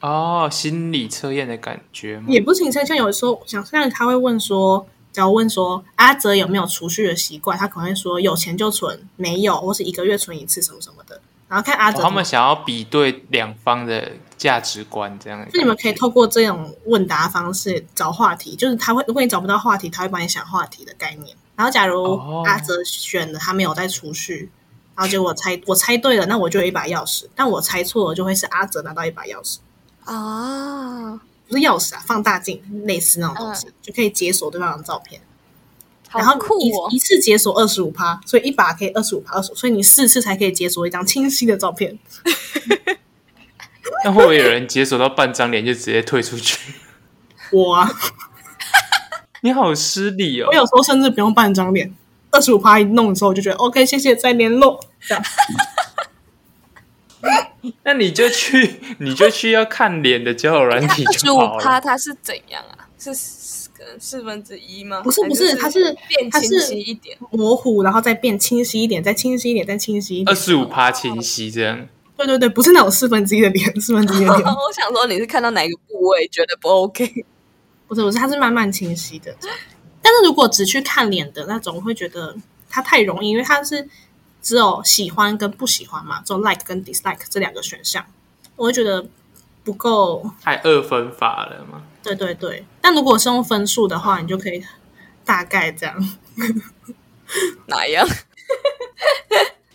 B: 哦，
C: 哦，心理测验的感觉吗？
A: 也不行。像像有时候想像他会问说，假如问说阿泽有没有储蓄的习惯，他可能会说有钱就存，没有或是一个月存一次什么什么的，然后看阿
C: 哦
A: 泽
C: 他
A: 啊怎么
C: 们想要比对两方的价值观，这样的感觉
A: 就你们可以透过这种问答方式找话题，就是他会，如果你找不到话题，他会帮你想话题的概念。然后，假如
C: 哦
A: 阿哲选的他没有在储蓄，然后结果我猜我猜对了，那我就有一把钥匙；但我猜错了，就会是阿哲拿到一把钥匙，
B: 啊，
A: 不是钥匙啊，放大镜类似那种东西，就可以解锁对方的照片。然
B: 嗯好
A: 后
B: 酷
A: 一、
B: 哦
A: 一！次解锁二十五趴，所以一把可以二十五趴，二十，所以你四次才可以解锁一张清晰的照片。
C: 那会不会有人解锁到半张脸就直接退出 去？
A: 我啊，
C: 你好失礼哦
A: 我！有时候甚至不用半张脸，二十五趴一弄的时候，我就觉得 OK，谢谢，再联络。这样，
C: 那你就去， 你就去要看脸的交友软体
B: 二十
C: 就
B: 五
C: 好
B: 趴
C: 了。
B: 它是怎样啊？是四可能四分之一吗？
A: 不是
B: 还
A: 不是
B: 是，
A: 它是
B: 变
A: 它
B: 清
A: 是
B: 晰一点。
A: 模糊，然后再变清晰一点，再清晰一点，再清晰一
C: 二
A: 点。
C: 十五趴清晰这样，
A: 对对对，不是那种四分之一的脸， 四分之一的脸，
B: 我想说你是看到哪一个部位觉得不 OK？
A: 不是不是，它是慢慢清晰的。这样 但是如果只去看脸的那种，我会觉得它太容易，因为它是只有喜欢跟不喜欢嘛，只有 like 跟 dislike 这两个选项，我会觉得不够。
C: 太二分法了嘛？
A: 对对对，但如果是用分数的话，你就可以大概这样。
B: 哪样？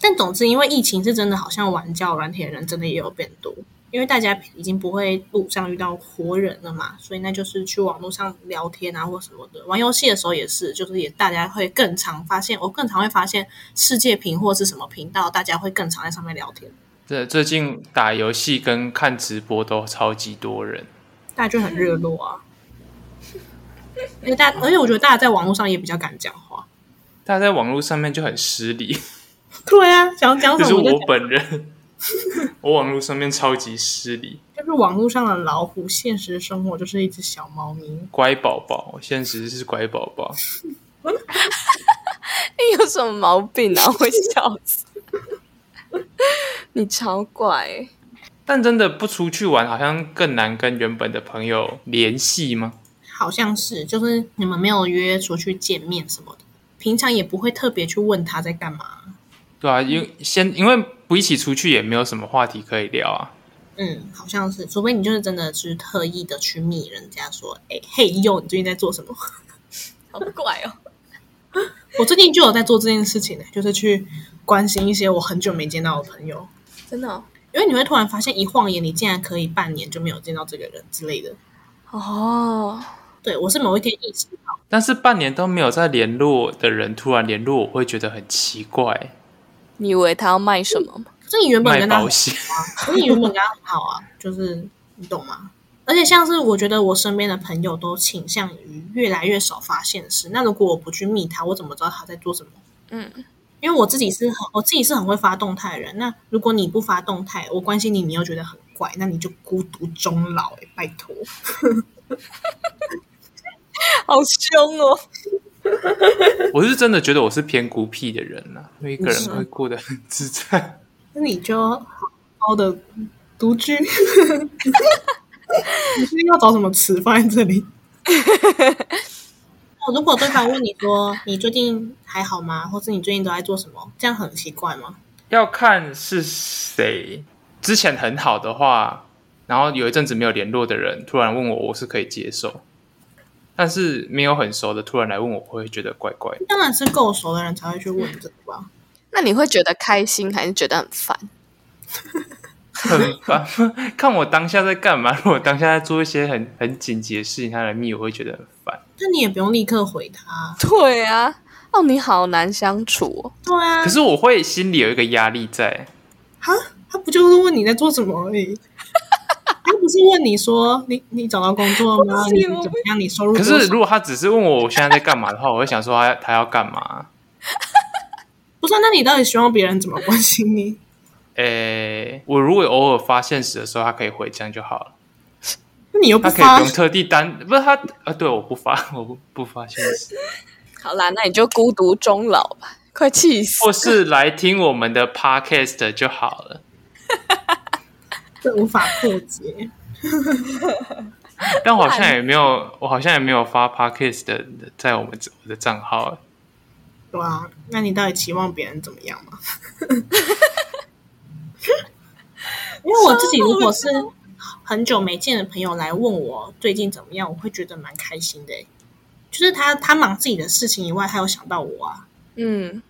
A: 但总之，因为疫情是真的，好像玩交友软体的人真的也有变多，因为大家已经不会路上遇到活人了嘛，所以那就是去网络上聊天啊或什么的。玩游戏的时候也是，就是也大家会更常发现，我更常会发现世界频或是什么频道，大家会更常在上面聊天，
C: 这最近打游戏跟看直播都超级多人，
A: 大家就很热络啊。而且大，而且我觉得大家在网络上也比较敢讲话。
C: 大家在网络上面就很失 礼。
A: 对啊，想讲
C: 可
A: 什
C: 是
A: 么就
C: 我
A: 讲，
C: 本人， 我网络上面超级失礼，
A: 就是网络上的老虎，现实生活就是一只小猫咪。
C: 乖宝宝，我现实是乖宝宝。
B: 你有什么毛病啊？我会笑死！你超怪欸、
C: 但真的不出去玩，好像更难跟原本的朋友联系吗？
A: 好像是，就是你们没有约出去见面什么的，平常也不会特别去问他在干嘛。
C: 对啊，因为先因为不一起出去也没有什么话题可以聊啊。
A: 嗯，好像是，除非你就是真的是特意的去密人家说，哎、嘿哟，你最近在做 什么？
B: 好怪哦！
A: 我最近就有在做这件事情呢，就是去关心一些我很久没见到的朋友，
B: 真的哦
A: 因为你会突然发现，一晃眼你竟然可以半年就没有见到这个人之类的。
B: 哦，
A: 对我是某一天意识到，
C: 但是半年都没有再联络的人突然联络，我会觉得很奇怪。
B: 你以为他要卖什么吗？
A: 可是你原本
C: 卖
A: 跟他
C: 保险，
A: 可是你原本跟他很好啊，就是你懂吗？而且像是我觉得我身边的朋友都倾向于越来越少发现实。那如果我不去密他，我怎么知道他在做什么？
B: 嗯，
A: 因为我自己是很我自己是很会发动态的人。那如果你不发动态，我关心你，你又觉得很怪，那你就孤独终老、欸、拜托。
B: 好凶哦！
C: 我是真的觉得我是偏孤僻的人啦、因为一个
A: 是
C: 人会过得很自在。
A: 那你就好好的独居。 你是要找什么词放在这 里？哦，如果对方问你说你最近还好吗，或是你最近都在做什么，这样很奇怪吗？
C: 要看是谁，之前很好的话，然后有一阵子没有联络的人突然问我，我是可以接受。但是没有很熟的突然来问我，我会觉得怪怪的。
A: 当然是够熟的人才会去问这个啊吧。
B: 那你会觉得开心还是觉得很烦？
C: 很烦。看我当下在干嘛？ 如果当下在做一些很很紧急的事情，他来密我，我会觉得很烦。
A: 但你也不用立刻回他。
B: 对啊，哦，你好难相处哦。
A: 对啊
C: 可，是我会心里有一个压力在，
A: 哈，他不就是问你在做什么而已？他不是问你说你你找到工作了吗？
B: 不是
A: 你
B: 我不
A: 怎么样？你收入
C: 可
A: 多
C: 是
A: 少？
C: 如果他只是问我我现在在干嘛的话，我会想说他他要干嘛？
A: 不是啊，那你到底希望别人怎么关心你？
C: 诶、我如果偶尔发现实的时候，他可以回这样就好了。
A: 那你又不
C: 他可以不
A: 发
C: 用特地单，不是他啊？对，我不发， 我不不发现 实，
B: 好啦，那你就孤独终老吧，快气死！
C: 或是来听我们的 podcast 就好了。
A: 这无法破解。
C: 但我好像也没有，我好像也没有发 podcast 的在我们我的账号。
A: 对啊，那你到底期望别人怎么样嘛？ 因为我自己如果是很久没见的朋友来问我最近怎么样，我会觉得蛮开心的欸。就是他他忙自己的事情以外，他有想到我啊。
B: 嗯，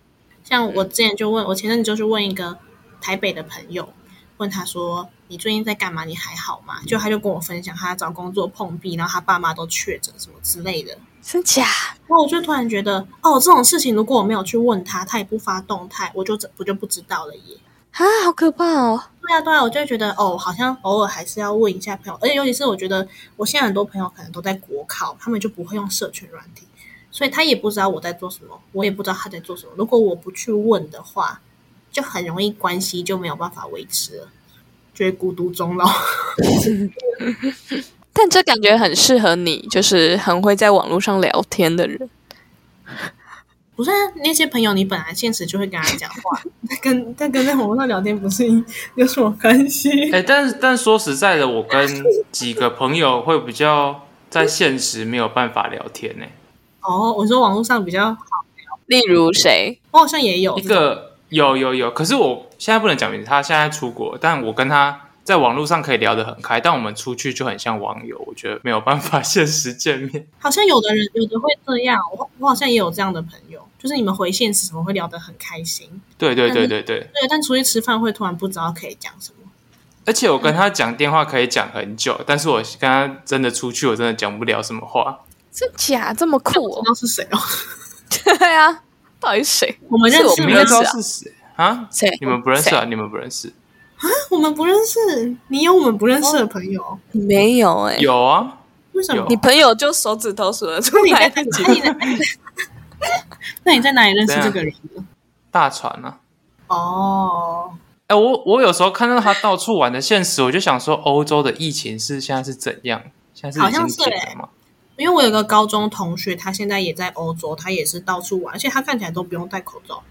A: 像我之前就问我前阵子就去问一个台北的朋友，问他说你最近在干嘛？你还好吗？就他就跟我分享他找工作碰壁，然后他爸妈都确诊什么之类的。
B: 真假？
A: 然后我就突然觉得，哦，这种事情如果我没有去问他，他也不发动态，我就怎我就不知道了耶。
B: 啊，好可怕哦！
A: 对啊，对啊，我就会觉得哦，好像偶尔还是要问一下朋友，而且尤其是我觉得我现在很多朋友可能都在国考，他们就不会用社群软体，所以他也不知道我在做什么，我也不知道他在做什么。如果我不去问的话，就很容易关系就没有办法维持了，就会孤独终老。
B: 但这感觉很适合你，就是很会在网络上聊天的人。
A: 不是、啊、那些朋友，你本来现实就会跟他讲话， 跟但跟在网络上聊天不是有什么关系？
C: 哎、但是但说实在的，我跟几个朋友会比较在现实没有办法聊天呢、
A: 哦，我说网络上比较好，
B: 例如谁？
A: 我好像也有
B: 哦
C: 一个有有有，可是我现在不能讲名字，他现在出国，但我跟他在网络上可以聊得很开，但我们出去就很像网友，我觉得没有办法 现实见面。
A: 好像有的人有的会这样，我我好像也有这样的朋友，就是你们回现实什么会聊得很开心，
C: 对对对对对，
A: 对，但出去吃饭会突然不知道可以讲什么。
C: 而且我跟他讲电话可以讲很久，但是我跟他真的出去，我真的讲不了什么话。
B: 真假这么酷
A: 不
B: 哦
A: 知？道是谁哦，
B: 对啊，到底谁？
A: 我们认
B: 是我
A: 识
C: 你
A: 吗
C: 们
B: 们
C: 都
B: 认识啊
C: 知道是谁啊？
B: 谁？
C: 你们不认识啊？你们不认识？
A: 我们不认识，你有我们不认识的朋友，
B: 没有哎、
C: 有啊，
A: 为什么
C: 有？
B: 你朋友就手指头数得出
A: 那你
B: 来
A: 在
B: 的几
A: 那
B: 个
A: 你在那你在哪里认识这个人的？
C: 大船啊。
A: 哦，
C: 哎、我我有时候看到他到处玩的现实，我就想说，欧洲的疫情是现在是怎样？现在是
A: 好
C: 已
A: 像
C: 经
A: 是
C: 解了吗？
A: 因为我有个高中同学，他现在也在欧洲，他也是到处玩，而且他看起来都不用戴口罩。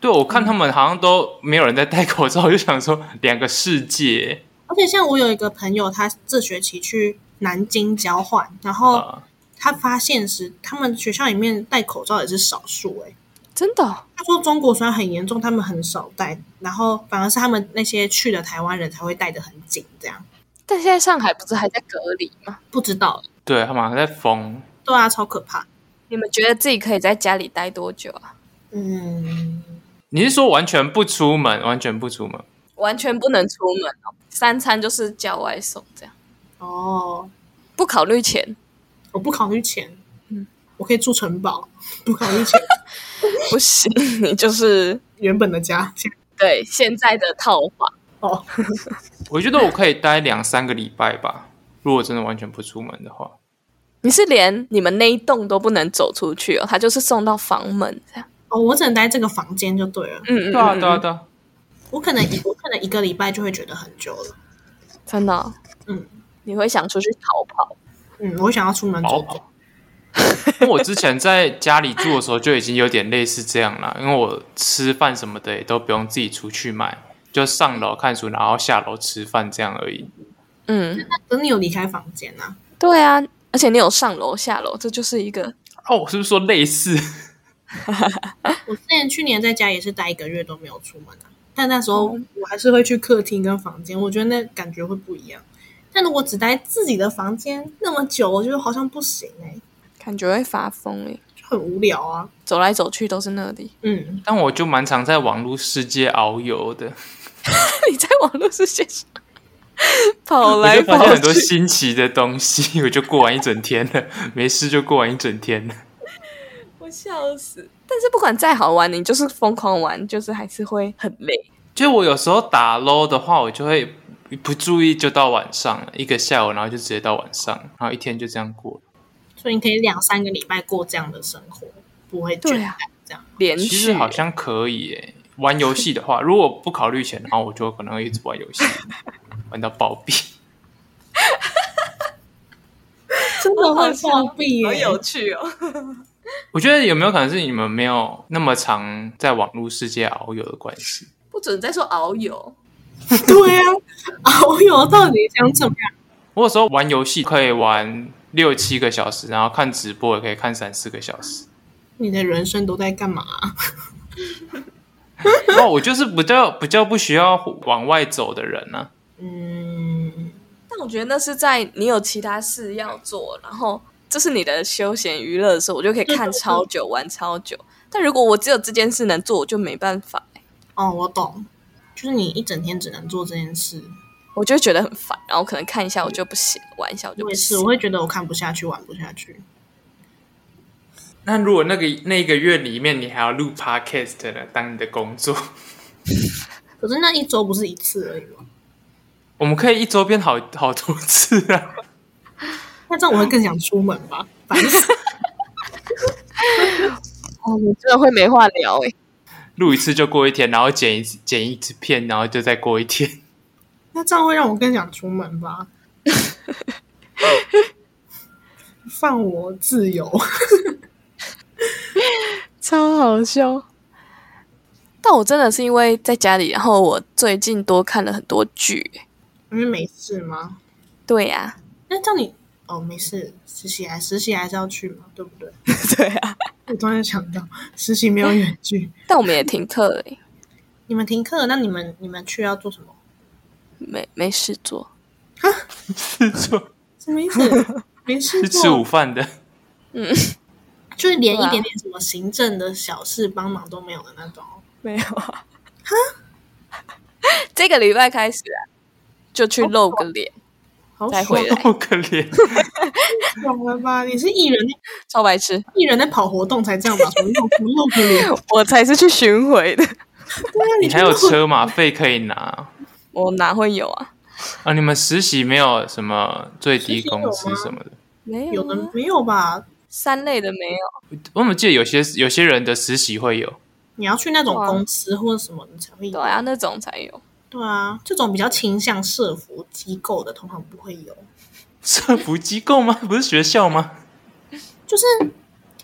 C: 对，我看他们好像都没有人在戴口罩，我就想说，两个世界
A: 而且像我有一个朋友，他这学期去南京交换，然
C: 啊、
A: 后他发现时，他们学校里面戴口罩也是少数、欸。
B: 真的哦
A: 他说中国虽然很严重，他们很少戴，然后反而是他们那些去的台湾人才会戴得很紧，这样
B: 但现在上海不是还在隔离吗？
A: 不知道，
C: 对他们好像在疯。
A: 对啊，超可怕。
B: 你们觉得自己可以在家里待多久啊？
A: 嗯，
C: 你是说完全不出门，完全不出门？
B: 完全不能出门哦，三餐就是叫外送这样，
A: 哦，
B: 不考虑钱，
A: 我不考虑钱，
B: 嗯
A: 我可以住城堡，不考虑钱，
B: 不行，你就是
A: 原本的家。
B: 对现在的套话。
A: 哦，
C: 我觉得我可以待两三个礼拜吧，如果真的完全不出门的话。
B: 你是连你们那一栋都不能走出去哦，他就是送到房门这样。
A: 哦，我只能待这个房间就对了。
B: 嗯嗯，
C: 对啊，对啊，
B: 嗯，
C: 对啊。
A: 我可能一我可能一个礼拜就会觉得很久了。
B: 真的哦、
A: 嗯
B: 你会想出去逃跑？
A: 嗯，我想要出门走
C: 逃
A: 走。
C: 因为我之前在家里住的时候就已经有点类似这样啦，因为我吃饭什么的也都不用自己出去买，就上楼看书，然后下楼吃饭这样而已。
B: 嗯，
A: 可是你有离开房间啊？
B: 对啊，而且你有上楼下楼，这就是一个
C: 哦，我是不是说类似？
A: 我之前去年在家也是待一个月都没有出门啊，但那时
B: 哦
A: 候我还是会去客厅跟房间，我觉得那感觉会不一样。但如果只待自己的房间那么久，我觉得好像不行哎、
B: 感觉会发疯诶，
A: 就很无聊啊。
B: 走来走去都是那里。
A: 嗯，
C: 但我就蛮常在网络世界遨游的，
B: 你在网络世界上跑
C: 我
B: 来
C: 就发现
B: 跑
C: 很多
B: 去，
C: 新奇的东西，我 就过完一整天了， 没事就过完一整天了。
B: 我笑死。但是不管再好玩，你就是疯狂玩，就是还是会很累。
C: 就我有时候打 low 的话，我就会不注意就到晚上了，一个下午，然后就直接到晚上，然后一天就这样过了。
A: 所以你可以两三个礼拜过这样的生活，不会倦
B: 对
A: 怠
B: 啊
A: 这样。
B: 连续
C: 其实好像可以耶。玩游戏的话，如果不考虑钱，然后我就可能会一直玩游戏，玩到暴毙。
A: 真的会暴
B: 欸
A: 毙、
B: 好
A: 欸，
B: 有趣哦。
C: 我觉得有没有可能是你们没有那么常在网络世界遨游的关系？
B: 不准再说遨游，
A: 对啊， 遨游到底想怎么样？
C: 我有时候玩游戏可以玩六七个小时，然后看直播也可以看三四个小时。
A: 你的人生都在干嘛、啊
C: 那我就是比较比较不需要往外走的人啊呢、
A: 嗯，
B: 但我觉得那是在你有其他事要做，然后这是你的休闲娱乐的时候，我就可以看超久、玩超久。但如果我只有这件事能做，我就没办法欸、
A: 哦，我懂，就是你一整天只能做这件事。
B: 我就会觉得很烦，然后可能看一下我就不行，玩一下我就
A: 我
B: 不
A: 也是，
B: 行。
A: 我会觉得我看不下去，玩不下去。
C: 那如果那个那一个月里面你还要录 podcast 呢，当你的工作，
A: 可是那一周不是一次而已吗？
C: 我们可以一周变好好多次啊！
A: 那这样我会更想出门吧，烦死！
B: 哦，你真的会没话聊哎、
C: 录一次就过一天，然后剪一次剪一次片，然后就再过一天。
A: 那这样会让我更想出门吧？放我自由。
B: 超好笑。但我真的是因为在家里，然后我最近多看了很多剧欸。
A: 因为没事吗？
B: 对啊呀、
A: 那叫你哦，没事，实习还实习还是要去嘛，对不对？
B: 对啊，
A: 我突然想到，实习没有远距，
B: 但我们也停课了欸，
A: 你们停课，那你们你们去要做什么？
B: 没没事做。
C: 是做
A: 什么意思？没事
C: 是
A: 做，啊
C: 吃午饭的，
A: 就是连
B: 对
A: 一
B: 啊
A: 点点什么行政的小事帮忙都没有的那种。
B: 没有啊。这个礼拜开始、啊、就去露个脸，
A: 好
B: 再
A: 爽
B: 回来
C: 好可怜。
A: 爽了吧？你是艺人，
B: 超白痴。
A: 艺人在跑活动才这样吧？什么露什么 露个脸？
B: 我才是去巡回的，
A: 对啊，
C: 你
A: 去
C: 还有
A: 露
C: 车马费可以 拿
B: 我哪会有啊？
C: 啊？你们实习没有什么最低工
A: 实习有
C: 资
A: 吗
C: 什么的？
B: 没
A: 有
B: 有
A: 的
B: 啊，
A: 没有吧？
B: 三类的没有。
C: 我怎么记得有些有些人的实习会有？
A: 你要去那种
B: 对啊
A: 公司或者什么，你才会有
B: 对啊，那种才有。
A: 对啊，这种比较倾向社服机构的，通常不会有。
C: 社服机构吗？ 不是学校吗？
A: 就是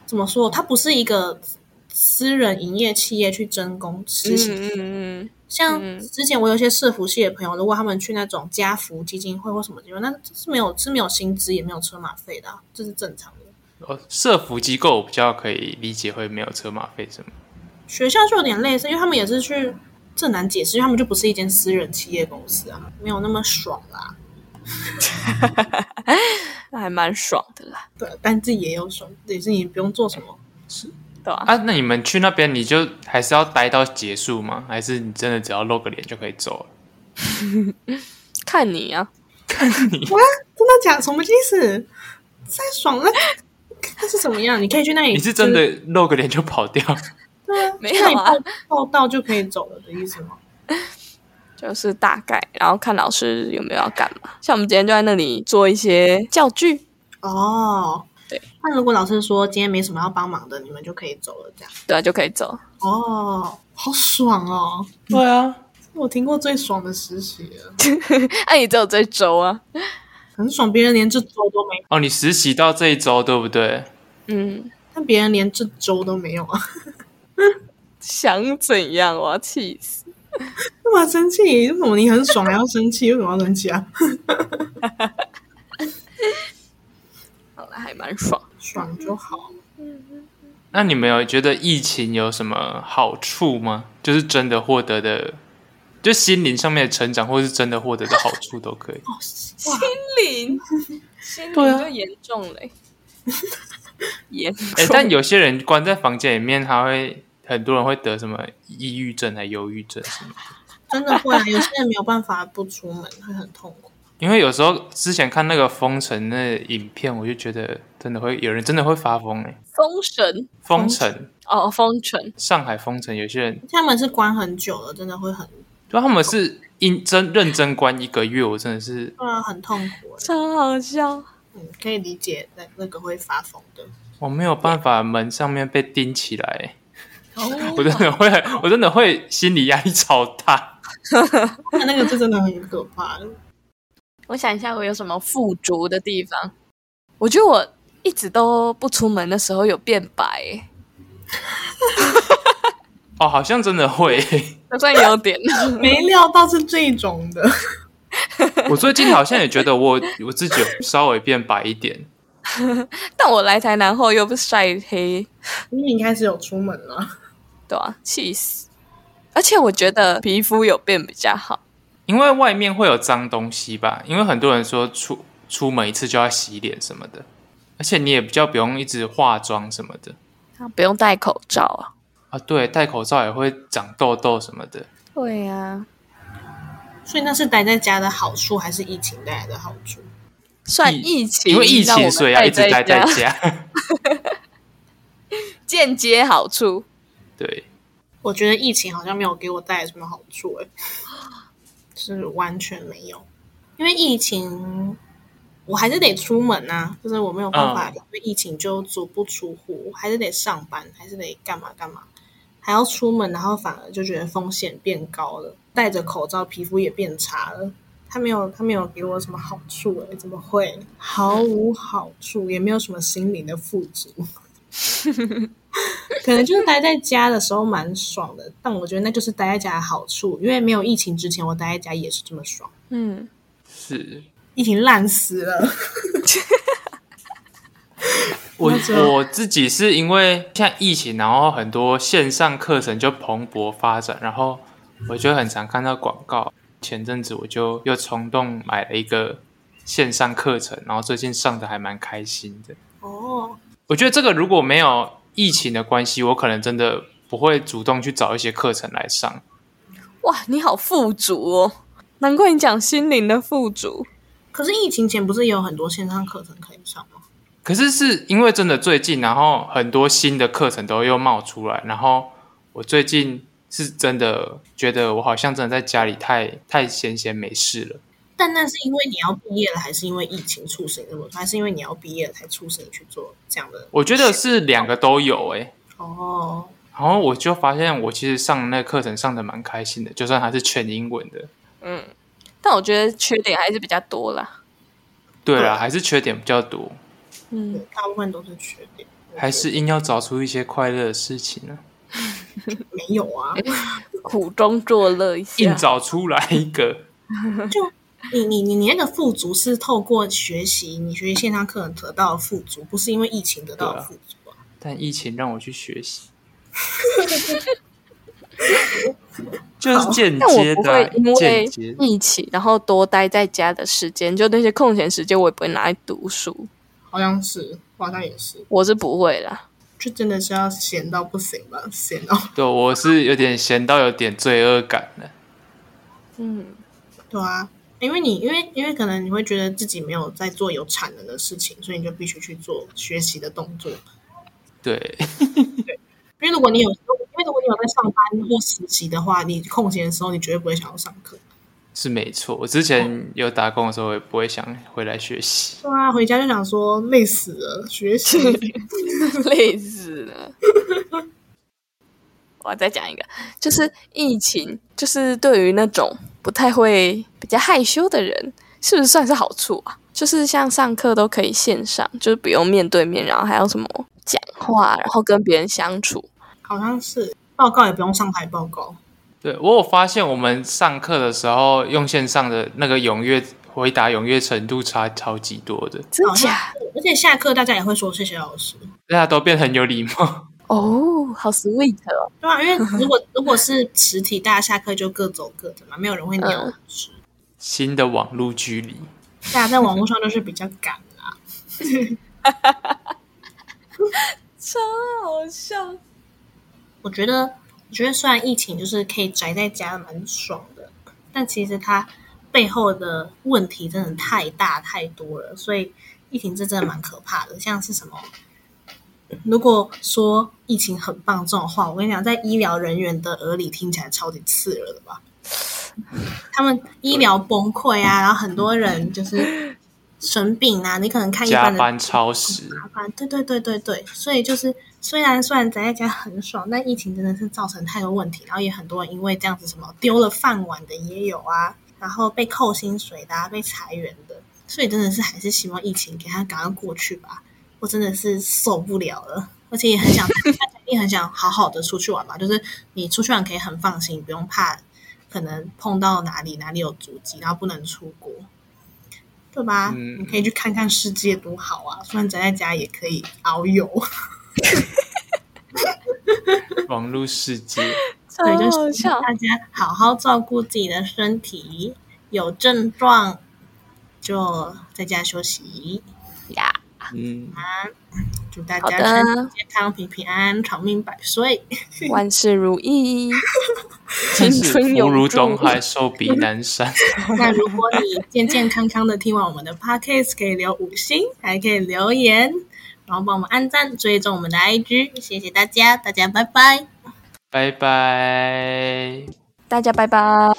A: 怎么说，它不是一个私人营业企业去争工实习。
B: 嗯嗯嗯，
A: 像
B: 嗯
A: 之前我有一些社服系的朋友，如果他们去那种家福基金会或什么地方，那是没有是没有薪资也没有车马费的、啊，这是正常的。
C: 哦，社服机构我比较可以理解会没有车马费什么。
A: 学校就有点类似，因为他们也是去，这难解释，因为他们就不是一间私人企业公司啊，没有那么爽啦、
B: 那还蛮爽的啦，
A: 对，但自己也有爽，也是你不用做什么。
B: 对啊。
C: 啊，那你们去那边你就还是要待到结束吗？还是你真的只要露个脸就可以走了？
B: 看你啊，
A: 哇，真的假？什么意思？再爽那那是怎么样？你可以去那里，
C: 你是真的露个脸哎就跑 掉？
A: 对啊
B: 没有
A: 那
B: 啊
A: 你报报到就可以走了的意思吗？
B: 就是大概，然后看老师有没有要干嘛。像我们今天就在那里做一些教具，
A: 哦，
B: 对。
A: 那如果老师说今天没什么要帮忙的，你们就可以走了，这样。
B: 对啊，就可以走。
A: 哦，好爽哦！
C: 对啊，
A: 我听过最爽的实习了，
B: 哎、你只有这周啊，
A: 很爽。别人连这周都没，
C: 哦，你实习到这一周对不对？
B: 嗯，
A: 但别人连这周都没有啊，
B: 想怎样？我要气死！
A: 干嘛生气？为什么你很爽还要生气？为什么要生气啊？
B: 好了，还蛮爽。
A: 爽就好。哦
C: 那你们有觉得疫情有什么好处吗？就是真的获得的，就心灵上面的成长，或是真的获得的好处都 可以。
A: 哇
B: 心 灵，心
C: 对啊
B: 灵就严重 嘞、严重。
C: 哎、但有些人关在房间里面，他会很多人会得什么抑郁症还啊忧郁症什么的。
A: 真的会啊，有些人没有办法不出门，会很痛苦。
C: 因为有时候之前看那个封城那影片，我就觉得真的会有人真的会发疯哎、
B: 封神
C: 封城，
B: 哦，封城
C: 上海封城，有些人
A: 他们是关很久了，真的会很
C: 就他们是认真认真关一个月，我真的是
A: 对啊，很痛苦欸。
B: 超好笑。
A: 嗯，可以理解那那个会发疯的。
C: 我没有办法门上面被钉起来欸、我
B: 哦，
C: 真的会，我真的会心理压力超大。
A: 那那个是真的很可怕。
B: 我想一下，我有什么富足的地方？我觉得我一直都不出门的时候有变白、欸。
C: 哦，好像真的 会。
B: 这算优点。
A: 没料到是这种的，
C: 我最近好像也觉得我我自己有稍微变白一点，
B: 但我来台南后又不晒黑，
A: 因为你开始有出门了。
B: 对啊，气死！而且我觉得皮肤有变比较好，
C: 因为外面会有脏东西吧。因为很多人说出出门一次就要洗脸什么的，而且你也比较不用一直化妆什么的
B: 不用戴口罩啊。
C: 啊。对，戴口罩也会长痘痘什么的。
B: 对啊呀、
A: 所以那是待在家的好处，还是疫情带来的好处？
B: 算
C: 疫
B: 疫情，
C: 因为疫情，所以啊要一直待
B: 家，
C: 在家。
B: 间接好处。
C: 对，
A: 我觉得疫情好像没有给我带来什么好处、欸，哎，是完全没有。因为疫情，我还是得出门呐、就是我没有办法，
C: 嗯
A: 因为疫情就足不出户，还是得上班，还是得干嘛干嘛，还要出门，然后反而就觉得风险变高了，戴着口罩皮肤也变差了。他没有，他没有给我什么好处哎、怎么会毫无好处，也没有什么心灵的富足。可能就是待在家的时候蛮爽的，但我觉得那就是待在家的好处，因为没有疫情之前，我待在家也是这么爽。
B: 嗯，
C: 是
A: 疫情烂死了，
C: 我
A: 那就
C: 我自己是因为现在疫情，然后很多线上课程就蓬勃发展，然后我就很常看到广告。前阵子我就又冲动买了一个线上课程，然后最近上的还蛮开心的。
A: 哦，
C: 我觉得这个如果没有疫情的关系，我可能真的不会主动去找一些课程来上。
B: 哇，你好富足哦，难怪你讲心灵的富足。
A: 可是疫情前不是也有很多线上课程可以上吗？
C: 可是是因为真的最近，然后很多新的课程都又冒出来，然后我最近是真的觉得我好像真的在家里太太闲闲没事了。
A: 但那是因为你要毕业了，还是因为疫情促使你这么做？还是因为你要毕业了才促使你去做这样的？
C: 我觉得是两个都有诶、
A: 哦，
C: 然后我就发现我其实上那个课程上的蛮开心的，就算它是全英文的。
B: 嗯，但我觉得缺点还是比较多啦。
C: 对
A: 对
C: 啦，还是缺点比较多，
B: 嗯，
A: 对，大部分都是缺点，
C: 还是硬要找出一些快乐的事情啊呢、
A: 没有啊？
B: 苦中作乐一
C: 硬
B: 下。
C: 找出来一个。
A: 你你你你那个富足是透过学习，你学习线上课程得到的富足，不是因为疫情得到的富足啊。
C: 但疫情让我去学习， 就是间
B: 但我
C: 接
B: 不
C: 的啊
B: 会因，
C: 间
B: 为
C: 接的。
B: 疫情，然后多待在家的时间，就那些空闲时间，我也不会拿来读书，
A: 好像是，我好像也是，
B: 我是不会啦。
A: 就真的是要闲到不行吧，闲到
C: 对，我是有点闲到有点罪恶感了。
B: 嗯，
A: 对啊，因为你因为因为可能你会觉得自己没有在做有产能的事情，所以你就必须去做学习的动作。
C: 对，
A: 因为如果你有，因为如果你有在上班或实习的话，你空闲的时候你绝对不会想要上课。
C: 是没错。我之前有打工的时候，我也不会想回来学习。
A: 对啊，回家就想说累死了，学 习
B: 累死了。 我再讲一个，就是疫情，就是对于那种不太会、比较害羞的人，是不是算是好处啊？就是像上课都可以线上，就是不用面对面，然后还要什么讲话，然后跟别人相处。
A: 好像是报告也不用上台报告。
C: 对我有发现，我们上课的时候用线上的那个踊跃回答踊跃程度差超级多的，
B: 真
A: 好像
B: 假？
A: 而且下课大家也会说谢谢老师，
C: 大家都变得很有礼貌。
B: 哦，好 sweet 哦。
A: 对啊，因为如果如果是实体，大家下课就各走各的嘛，没有人会鸟老师。
C: 新的网络距离，
A: 大家在网络上就是比较赶啦，
B: 超好笑。
A: 我觉得，我觉得虽然疫情就是可以宅在家蛮爽的，但其实它背后的问题真的太大太多了，所以疫情这真的蛮可怕的。像是什么，如果说疫情很棒这种话，我跟你讲，在医疗人员的耳里听起来超级刺耳的吧？他们医疗崩溃啊，然后很多人就是生病啊，你可能看一
C: 加
A: 般的
C: 班超时，
A: 麻烦。对对对对对，所以就是虽然虽然宅在家很爽，但疫情真的是造成太多问题，然后也很多人因为这样子什么丢了饭碗的也有啊，然后被扣薪水的、啊，被裁员的，所以真的是还是希望疫情给它赶快过去吧。我真的是受不了了，而且也很 想，也很想好好的出去玩吧。就是你出去玩可以很放心，不用怕可能碰到哪里哪里有足迹，然后不能出国，对吧？
C: 嗯
A: 你可以去看看世界多好啊！虽然宅在家也可以遨 游，
C: 网络世界。
B: 超
A: 对，就
B: 好
A: 是希
B: 笑
A: 望！大家好好照顾自己的身体，有症状就在家休息。
B: 呀，
C: 嗯，
A: 祝大
B: 好
A: 家
B: 的
A: 身体健康、平平安安、长命百 岁。
B: 万事如 意，青
C: 真是
B: 春
C: 福
B: 永
C: 如
B: 驻。
C: 东海，寿比南山。
A: 那如果你健健康康的听完我们的 podcast，可以留五星，还可以留言，然后帮我们按赞、追踪我们的 IG，谢谢大家，大家拜拜。
D: 拜拜。
C: 大家拜拜。